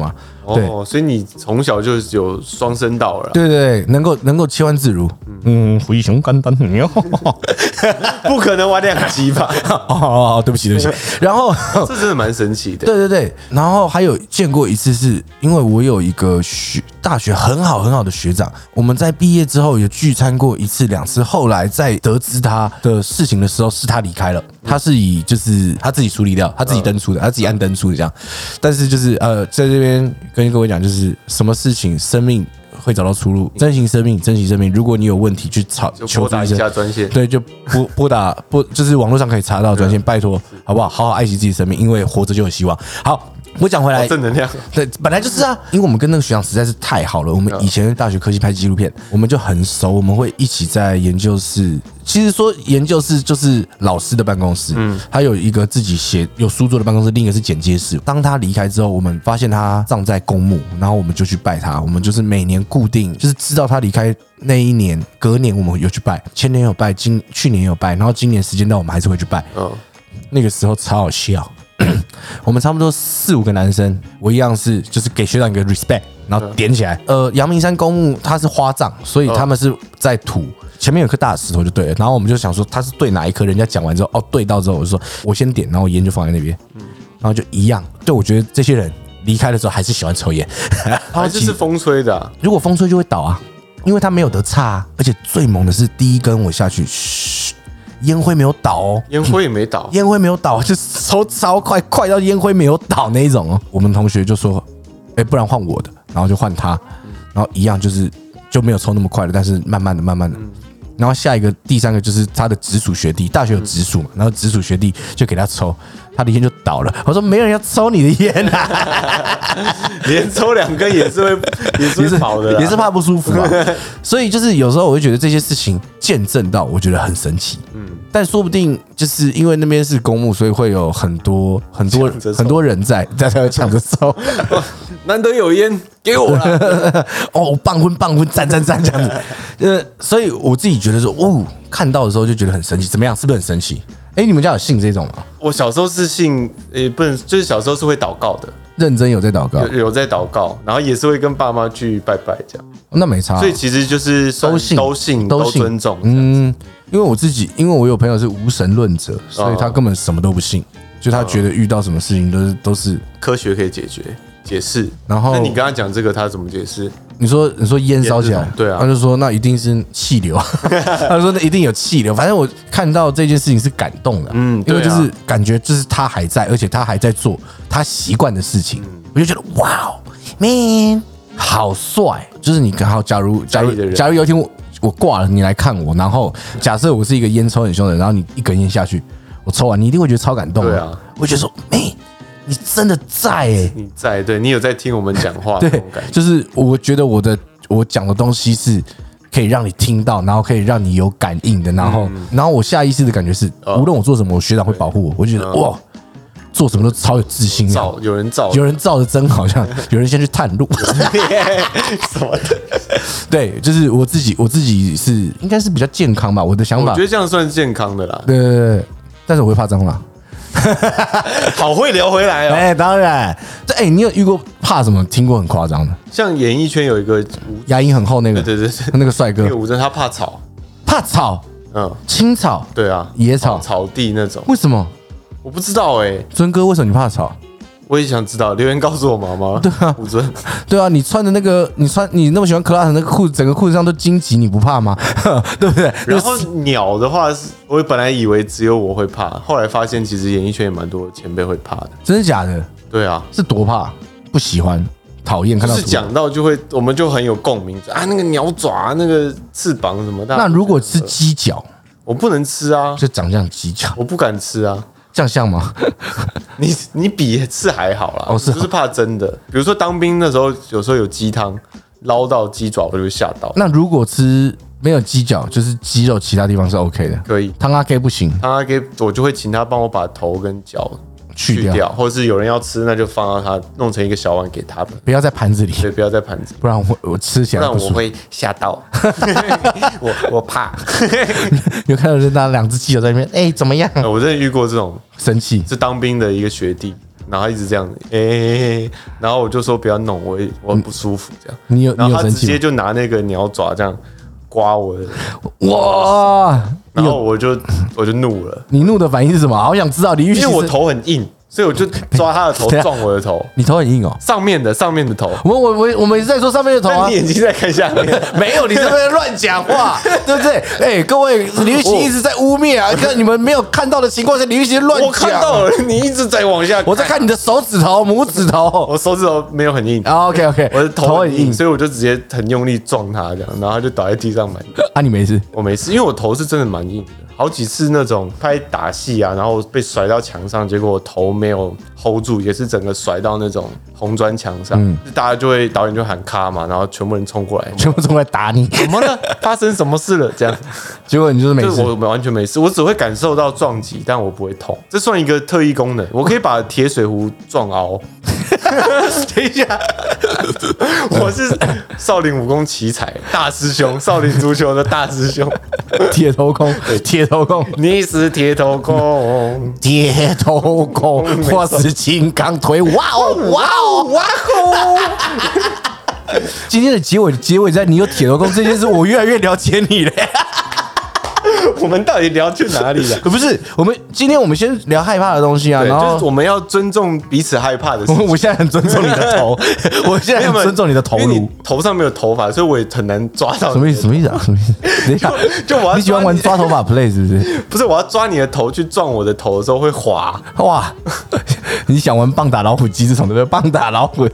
[SPEAKER 1] 么，对。
[SPEAKER 2] 哦，所以你从小就有双声道了啦，
[SPEAKER 1] 对对，对能够能够切换自如，嗯，灰熊干单你 (laughs)
[SPEAKER 2] 不可能玩两集吧？
[SPEAKER 1] 哦，对不起 (laughs) 对不起，然后
[SPEAKER 2] 这真的蛮神奇的。
[SPEAKER 1] 对对对，然后还有见过一次是因为我有一个学大学很好很好的学长，我们在毕业之后也聚餐过一次两次。后来在得知他的事情的时候，是他离开了，他是以就是他自己处理掉，他自己登出的，他自己按登出的这样。但是就是呃，在这边跟各位讲，就是什么事情生命。会找到出路，珍惜生命，珍惜生命。如果你有问题，去吵
[SPEAKER 2] 就
[SPEAKER 1] 求
[SPEAKER 2] 拨
[SPEAKER 1] 助
[SPEAKER 2] 打
[SPEAKER 1] 医
[SPEAKER 2] 一
[SPEAKER 1] 生，
[SPEAKER 2] 下专线。
[SPEAKER 1] 对，就拨拨打拨，就是网络上可以查到的专线，拜托，好不好？好好爱惜自己生命，因为活着就有希望。好，我讲回来，
[SPEAKER 2] 正能量，
[SPEAKER 1] (laughs) 对，本来就是啊，嗯因为我们跟那个学长实在是太好了。我们以前大学科技拍纪录片，我们就很熟，我们会一起在研究室。其实说研究室就是老师的办公室，嗯，他有一个自己写有书桌的办公室，另一个是剪接室。当他离开之后，我们发现他葬在公墓，然后我们就去拜他。我们就是每年固定，就是知道他离开那一年，隔年我们有去拜，前年有拜，今去年有拜，然后今年时间到，我们还是会去拜。
[SPEAKER 2] 嗯，
[SPEAKER 1] 那个时候超好笑。我们差不多四五个男生，我一样是就是给学长一个 respect，然后点起来。呃，阳明山公墓它是花葬，所以他们是在土前面有颗大石头就对了。然后我们就想说他是对哪一颗，人家讲完之后，哦对到之后，我就说我先点，然后我烟就放在那边，然后就一样。对，我觉得这些人离开的时候还是喜欢抽烟，
[SPEAKER 2] 还哎是是风吹的啊，
[SPEAKER 1] 如果风吹就会倒啊，因为它没有得差、啊，而且最猛的是第一根我下去，嘘，烟灰没有倒哦，
[SPEAKER 2] 烟灰也没
[SPEAKER 1] (laughs)
[SPEAKER 2] 倒。
[SPEAKER 1] 烟灰没有倒，就是抽超快，快到烟灰没有倒那一种哦。我们同学就说：“哎、不然换我的。”然后就换他，然后一样就是就没有抽那么快了，但是慢慢的、慢慢的。然后下一个第三个就是他的直属学弟，大学有直属嘛，然后直属学弟就给他抽，他的烟就倒了。我说没有人要抽你的烟啊，
[SPEAKER 2] 连抽两根也是会，也是
[SPEAKER 1] 也是
[SPEAKER 2] 会跑的啦，啊
[SPEAKER 1] 也是怕不舒服嘛。啊
[SPEAKER 2] (laughs)
[SPEAKER 1] 所以就是有时候我会觉得这些事情见证到，我觉得很神奇。嗯，但说不定就是因为那边是公墓，所以会有很多很多
[SPEAKER 2] 抢着抽
[SPEAKER 1] 很多人在，大家抢着
[SPEAKER 2] (laughs)
[SPEAKER 1] 抽。
[SPEAKER 2] 难得有烟，给我啦。
[SPEAKER 1] 哦，棒婚棒婚，赞赞赞这样子。呃，所以我自己觉得说，哦，看到的时候就觉得很神奇。怎么样？是不是很神奇？哎，你们家有信这种吗？
[SPEAKER 2] 我小时候是信，也不能，就是小时候是会祷告的，
[SPEAKER 1] 认真有在祷告，
[SPEAKER 2] 有有在祷告，然后也是会跟爸妈去拜拜这样，
[SPEAKER 1] 那没差啊、
[SPEAKER 2] 所以其实就是算
[SPEAKER 1] 都信
[SPEAKER 2] 都信
[SPEAKER 1] 都
[SPEAKER 2] 都
[SPEAKER 1] 信
[SPEAKER 2] 尊重，
[SPEAKER 1] 嗯，因为我自己，因为我有朋友是无神论者，所以
[SPEAKER 2] 哦
[SPEAKER 1] 他根本什么都不信，就他觉得遇到什么事情都是都是。
[SPEAKER 2] 科学可以解决解释。
[SPEAKER 1] 然后
[SPEAKER 2] 那你刚刚讲这个，他怎么解释？
[SPEAKER 1] 你说你说烟烧起来
[SPEAKER 2] 烟这种，对啊
[SPEAKER 1] 他就说那一定是气
[SPEAKER 2] (laughs)
[SPEAKER 1] 流，他就说那一定有气流。反正我看到这件事情是感动的，
[SPEAKER 2] 嗯
[SPEAKER 1] 因为就
[SPEAKER 2] 对啊
[SPEAKER 1] 是感觉就是他还在，而且他还在做他习惯的事
[SPEAKER 2] 嗯
[SPEAKER 1] 情，我就觉得哇哦，man，好帅！就是你刚好，假如假
[SPEAKER 2] 在意的
[SPEAKER 1] 如
[SPEAKER 2] 人嗯
[SPEAKER 1] 假如有一天我我挂了，你来看我，然后假设我是一个烟抽很凶的人，然后你一根烟下去，我抽完，你一定会觉得超感动，
[SPEAKER 2] 对啊，
[SPEAKER 1] 我就觉得说，man，你真的在哎、
[SPEAKER 2] 你在对你有在听我们讲
[SPEAKER 1] (laughs)
[SPEAKER 2] 话那
[SPEAKER 1] 对
[SPEAKER 2] 种感，觉，
[SPEAKER 1] 就是我觉得我的我讲的东西是可以让你听到，然后可以让你有感应的，然后、
[SPEAKER 2] 嗯
[SPEAKER 1] 然后我下意识的感觉是，
[SPEAKER 2] 哦
[SPEAKER 1] 无论我做什么，我学长会保护我，我就觉
[SPEAKER 2] 嗯
[SPEAKER 1] 得哇，做什么都超有自信啊！
[SPEAKER 2] 照有人照
[SPEAKER 1] 有人照的真好像 (laughs) 有人先去探路，
[SPEAKER 2] (laughs) 什么的，
[SPEAKER 1] 对，就是我自己我自己是应该是比较健康吧，我的想
[SPEAKER 2] 我
[SPEAKER 1] 法
[SPEAKER 2] 觉，得这样算健康的
[SPEAKER 1] (laughs)
[SPEAKER 2] 啦。
[SPEAKER 1] 对对对对，但是我会怕蟑螂。
[SPEAKER 2] 哦好会聊回来哦。
[SPEAKER 1] 哎、当然，这哎、你有遇过怕什么？听过很夸张的，
[SPEAKER 2] 像演艺圈有一个吴，
[SPEAKER 1] 牙龈很厚那个，
[SPEAKER 2] 对对对，
[SPEAKER 1] 那个帅哥
[SPEAKER 2] 那个吴尊他怕草，
[SPEAKER 1] 怕草，
[SPEAKER 2] 嗯，
[SPEAKER 1] 青草，
[SPEAKER 2] 对啊，
[SPEAKER 1] 野草
[SPEAKER 2] 草地那种，
[SPEAKER 1] 为什么？
[SPEAKER 2] 我不知道哎、
[SPEAKER 1] 尊哥，为什么你怕吵？
[SPEAKER 2] 我也想知道，留言告诉我
[SPEAKER 1] (laughs)
[SPEAKER 2] 妈妈。对
[SPEAKER 1] 啊
[SPEAKER 2] 吴尊，
[SPEAKER 1] 对啊，你穿的那个，你穿你那么喜欢 Class 那个裤子，整个裤子上都荆棘，你不怕吗？ (laughs) 对不对？
[SPEAKER 2] 然后鸟的话是，我本来以为只有我会怕，后来发现其实演艺圈也蛮多前辈会怕的。
[SPEAKER 1] 真的假的？
[SPEAKER 2] 对啊，
[SPEAKER 1] 是多怕？不喜欢？讨厌？看
[SPEAKER 2] 就
[SPEAKER 1] 到
[SPEAKER 2] 是
[SPEAKER 1] 什么
[SPEAKER 2] 讲啊到就会，我们就很有共鸣啊，那个鸟爪、那个翅膀什么的。
[SPEAKER 1] 那如果吃鸡脚，
[SPEAKER 2] 我不能吃啊，
[SPEAKER 1] 就长这样鸡脚，
[SPEAKER 2] 我不敢吃啊。
[SPEAKER 1] 这样像吗？ (laughs)
[SPEAKER 2] 你你比是还好啦，
[SPEAKER 1] 哦是啊
[SPEAKER 2] 就是怕真的。比如说当兵那时候，有时候有鸡汤捞到鸡爪，我就会吓到。
[SPEAKER 1] 那如果吃没有鸡脚，就是鸡肉，其他地方是 OK 的。
[SPEAKER 2] 可以，
[SPEAKER 1] 汤阿 K 不行，
[SPEAKER 2] 他给我就会请他帮我把头跟脚
[SPEAKER 1] 去
[SPEAKER 2] 去
[SPEAKER 1] 掉，
[SPEAKER 2] 掉，或者是有人要吃，那就放到他弄成一个小碗给他们，
[SPEAKER 1] 不要在盘子里，
[SPEAKER 2] 所以不要在盘子，
[SPEAKER 1] 不然我我吃起
[SPEAKER 2] 不
[SPEAKER 1] 来
[SPEAKER 2] 然
[SPEAKER 1] 不
[SPEAKER 2] 我
[SPEAKER 1] 舒
[SPEAKER 2] (laughs)
[SPEAKER 1] 服。
[SPEAKER 2] 会吓到，我
[SPEAKER 1] (laughs)
[SPEAKER 2] 我怕。
[SPEAKER 1] 有看到人拿两只鸡脚在那边，哎、怎么样？
[SPEAKER 2] 我真的遇过这种，
[SPEAKER 1] 生气。
[SPEAKER 2] 是当兵的一个学弟，然后他一直这样，哎、然后我就说不要弄，我也我很不舒服这样，
[SPEAKER 1] 你有
[SPEAKER 2] 然
[SPEAKER 1] 你有
[SPEAKER 2] 后他
[SPEAKER 1] 生
[SPEAKER 2] 直接
[SPEAKER 1] 气
[SPEAKER 2] 就拿那个鸟爪这样刮我的，
[SPEAKER 1] 吗？哇！
[SPEAKER 2] 然后我就我就怒了，
[SPEAKER 1] 你怒的反应是什么？好想知道。你预期
[SPEAKER 2] 因为
[SPEAKER 1] 是
[SPEAKER 2] 我头很硬，所以我就抓他
[SPEAKER 1] (laughs)
[SPEAKER 2] 的头
[SPEAKER 1] 等一下
[SPEAKER 2] 撞我的头，
[SPEAKER 1] 你头很硬哦。
[SPEAKER 2] 上面的上面的头。
[SPEAKER 1] 我啊我我我们一直在说上面的头
[SPEAKER 2] 但
[SPEAKER 1] 啊
[SPEAKER 2] 你，眼睛在看下面，
[SPEAKER 1] (laughs) 没有，你这边乱讲话， (laughs) 对不对？哎，各位，李玉玺一直在污蔑啊，看你们没有看到的情况下，李玉玺乱
[SPEAKER 2] 我看
[SPEAKER 1] 讲。啊
[SPEAKER 2] 到了，你一直在往下。
[SPEAKER 1] 我在，看你的手指头、拇指头。
[SPEAKER 2] 我手指头没有很硬，
[SPEAKER 1] OK OK，
[SPEAKER 2] 我的头很
[SPEAKER 1] 很
[SPEAKER 2] 硬，所以我就直接很用力撞他，这样，然后他就倒在地上满地。
[SPEAKER 1] 啊，你没事。
[SPEAKER 2] 我没事，因为我头是真的蛮硬的，好几次那种拍打戏啊，然后被甩到墙上，结果我头没有 hold 住，也是整个甩到那种红砖墙上，
[SPEAKER 1] 嗯
[SPEAKER 2] 就大家就会导演就喊咔嘛，然后全部人冲过来，
[SPEAKER 1] 全部冲来打你，
[SPEAKER 2] 怎么了？ (laughs) 发生什么事了？这样，
[SPEAKER 1] 结果你就是没
[SPEAKER 2] 就是
[SPEAKER 1] 事。
[SPEAKER 2] 我完全没事，我只会感受到撞击，但我不会痛，这算一个特异功能，我可以把铁水壶撞
[SPEAKER 1] (laughs)
[SPEAKER 2] 凹。等一下， (laughs) 我是少林武功奇才大师兄，少林足球的大师
[SPEAKER 1] (laughs)
[SPEAKER 2] 兄。
[SPEAKER 1] 铁头功，铁头功，
[SPEAKER 2] 你是铁头功，
[SPEAKER 1] 铁头功，我是金刚腿。哇哦，哇哦，哇哦！ (laughs) 今天的结尾，结尾在你有铁头功这件事，我越来越了解你了。
[SPEAKER 2] (laughs) 我们到底聊去哪里了？
[SPEAKER 1] 不是，我们今天我们先聊害怕的东西啊，
[SPEAKER 2] 对，
[SPEAKER 1] 然
[SPEAKER 2] 就
[SPEAKER 1] 后
[SPEAKER 2] 是我们要尊重彼此害怕的事
[SPEAKER 1] 我
[SPEAKER 2] 情。
[SPEAKER 1] (laughs) 我现在很尊重你
[SPEAKER 2] (laughs)
[SPEAKER 1] 的头，我现在
[SPEAKER 2] 没
[SPEAKER 1] 很
[SPEAKER 2] 有没有
[SPEAKER 1] 尊重你的头
[SPEAKER 2] 因为
[SPEAKER 1] 颅
[SPEAKER 2] 你。头上没有头发，所以我也很难抓到。
[SPEAKER 1] 什么意思？什么
[SPEAKER 2] (laughs)
[SPEAKER 1] 意思啊？什么意思？等一下，
[SPEAKER 2] 就我要
[SPEAKER 1] 你喜欢
[SPEAKER 2] 抓
[SPEAKER 1] 玩
[SPEAKER 2] 你
[SPEAKER 1] 抓头发 play 是不
[SPEAKER 2] (laughs)
[SPEAKER 1] 是？
[SPEAKER 2] 不是，我要抓你的头去撞我的头的时候会滑。
[SPEAKER 1] 哇， (laughs) 你想玩棒打老虎机这种对不对？棒打老虎，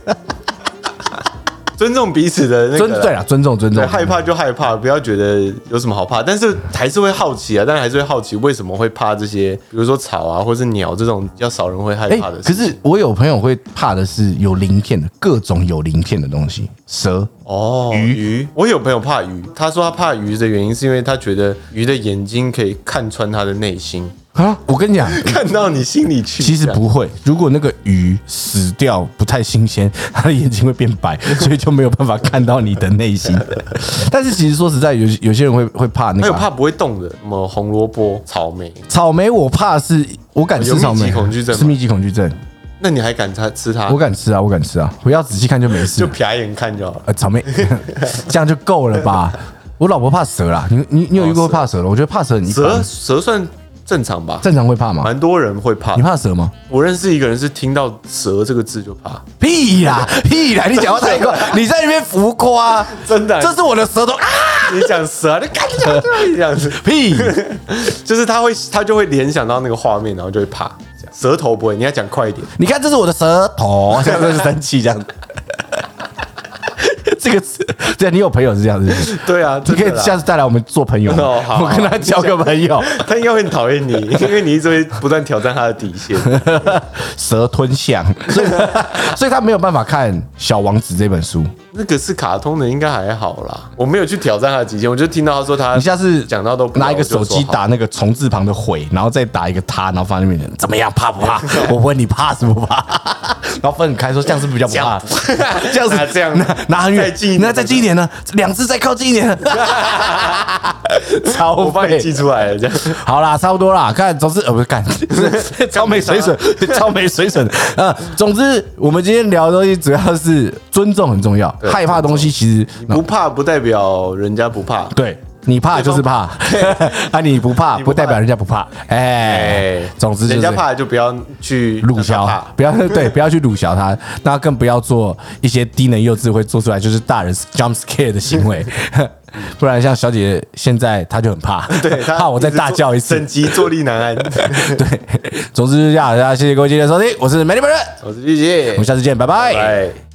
[SPEAKER 2] 尊重彼此的那个
[SPEAKER 1] 尊
[SPEAKER 2] 啦，
[SPEAKER 1] 对了，尊重尊
[SPEAKER 2] 对
[SPEAKER 1] 重，
[SPEAKER 2] 害怕就害怕，不要觉得有什么好怕，但是还是会好奇啊，但还是会好奇为什么会怕这些，比如说草啊，或是鸟这种比较少人会害
[SPEAKER 1] 哎、
[SPEAKER 2] 怕的事
[SPEAKER 1] 可
[SPEAKER 2] 情。
[SPEAKER 1] 是我有朋友会怕的是有鳞片的，各种有鳞片的东西，蛇。
[SPEAKER 2] 哦，鱼鱼，我有朋友怕鱼，他说他怕鱼的原因是因为他觉得鱼的眼睛可以看穿他的内 (laughs) 心，
[SPEAKER 1] 啊，我跟你
[SPEAKER 2] (laughs)
[SPEAKER 1] 讲，
[SPEAKER 2] 看到你心里去。
[SPEAKER 1] 其实
[SPEAKER 2] 这样，
[SPEAKER 1] 不会。如果那个鱼死掉不太新鲜， (laughs) 它的眼睛会变
[SPEAKER 2] (laughs)
[SPEAKER 1] 白，所以就没有办法看到你的内心。但是其实说实在，有有些人会会怕那
[SPEAKER 2] 还
[SPEAKER 1] 个
[SPEAKER 2] 有
[SPEAKER 1] 啊、
[SPEAKER 2] 怕不会动的，什么红萝卜、草莓，
[SPEAKER 1] 草莓，我怕是我敢
[SPEAKER 2] 有
[SPEAKER 1] 吃
[SPEAKER 2] 密
[SPEAKER 1] 草莓，
[SPEAKER 2] 集恐惧症吗
[SPEAKER 1] 是密集恐惧症，
[SPEAKER 2] 那你还敢它吃它
[SPEAKER 1] 我？敢吃啊，我敢吃啊，我要仔细看就没事
[SPEAKER 2] 就
[SPEAKER 1] 了。
[SPEAKER 2] 瞟眼看就好了。
[SPEAKER 1] (laughs) 呃，草莓 (laughs) 这样就够了吧？我老婆怕蛇啦，你你你有遇过怕蛇的？我觉得怕蛇很一
[SPEAKER 2] 哦蛇
[SPEAKER 1] 般，
[SPEAKER 2] 蛇算正常吧，
[SPEAKER 1] 正常会怕吗？
[SPEAKER 2] 蛮多人会怕
[SPEAKER 1] 你。怕蛇吗？
[SPEAKER 2] 我认识一个人是听到“蛇”这个字就怕，
[SPEAKER 1] 屁啦屁啦！你讲话太
[SPEAKER 2] (laughs)
[SPEAKER 1] 快，你在那边浮夸，
[SPEAKER 2] 真的
[SPEAKER 1] 这是我的舌头啊！
[SPEAKER 2] 你讲蛇，你看这这样子，
[SPEAKER 1] 屁，
[SPEAKER 2] (laughs) 就是他会他就会联想到那个画面，然后就会怕。这样舌头不会，你要讲快一点。
[SPEAKER 1] 你看这是我的舌
[SPEAKER 2] (laughs)
[SPEAKER 1] 头， (laughs) 这样就是生气这样子。这个词，对，啊你有朋友是这样子，
[SPEAKER 2] (laughs) 对啊，
[SPEAKER 1] 你可
[SPEAKER 2] 真的
[SPEAKER 1] 以
[SPEAKER 2] 啦
[SPEAKER 1] 下次带来我们做朋友，
[SPEAKER 2] 哦好
[SPEAKER 1] 我跟他交个朋友。
[SPEAKER 2] 他应该会很讨厌你， (laughs) 因为你一直会不断挑战他的底线。
[SPEAKER 1] 蛇吞象，所以 (laughs) 所以他没有办法看《小王子》这本书。
[SPEAKER 2] 那个是卡通的，应该还好啦。我没有去挑战他的底线，我就听到他说他，
[SPEAKER 1] 你下次
[SPEAKER 2] 讲到都不
[SPEAKER 1] 拿一个手机，打那个虫字旁的悔，然后再打一个他，然后放在那边怎么样怕不
[SPEAKER 2] (laughs)
[SPEAKER 1] 怕？我问你怕什么怕？然后分很开说这样是不是比较不怕， (laughs) 这样
[SPEAKER 2] (laughs) 那
[SPEAKER 1] 子
[SPEAKER 2] 这样
[SPEAKER 1] 拿拿很远，
[SPEAKER 2] 再近一点
[SPEAKER 1] 那再近一点呢？两只再靠近一
[SPEAKER 2] (laughs)
[SPEAKER 1] 点， (laughs) 超
[SPEAKER 2] 我就说好我帮你
[SPEAKER 1] 费
[SPEAKER 2] 记。出来了，这样。
[SPEAKER 1] 好啦，差不多啦，看，总之呃不是
[SPEAKER 2] (laughs)
[SPEAKER 1] 干， (laughs) 超没水准，超没水准。呃，总之我们今天聊的东西主要是尊重很重要，害怕的东西其实
[SPEAKER 2] 不怕不代表人家不怕，
[SPEAKER 1] (laughs) 对你怕就是怕， (laughs) 啊你不怕
[SPEAKER 2] 你
[SPEAKER 1] 不
[SPEAKER 2] 不怕
[SPEAKER 1] 代表人家不怕，哎
[SPEAKER 2] 哎，，
[SPEAKER 1] 总之就是
[SPEAKER 2] 人家怕就不要去
[SPEAKER 1] 鲁
[SPEAKER 2] 让
[SPEAKER 1] 枭
[SPEAKER 2] 他怕，
[SPEAKER 1] 不要
[SPEAKER 2] (laughs)
[SPEAKER 1] 对不要去鲁枭他，那更不要做一些低能幼稚会做出来就是大人 jump scare 的行
[SPEAKER 2] (laughs)
[SPEAKER 1] 为，不然像小姐姐现在她就很怕，
[SPEAKER 2] 对他
[SPEAKER 1] (laughs) 怕我再大叫一次
[SPEAKER 2] 整，集坐立难安。
[SPEAKER 1] (laughs) 对，总之就是这样，大家谢谢各位今天的收听，我是美丽本人，
[SPEAKER 2] 我是玉姐
[SPEAKER 1] 我们，下次见，拜拜
[SPEAKER 2] 拜。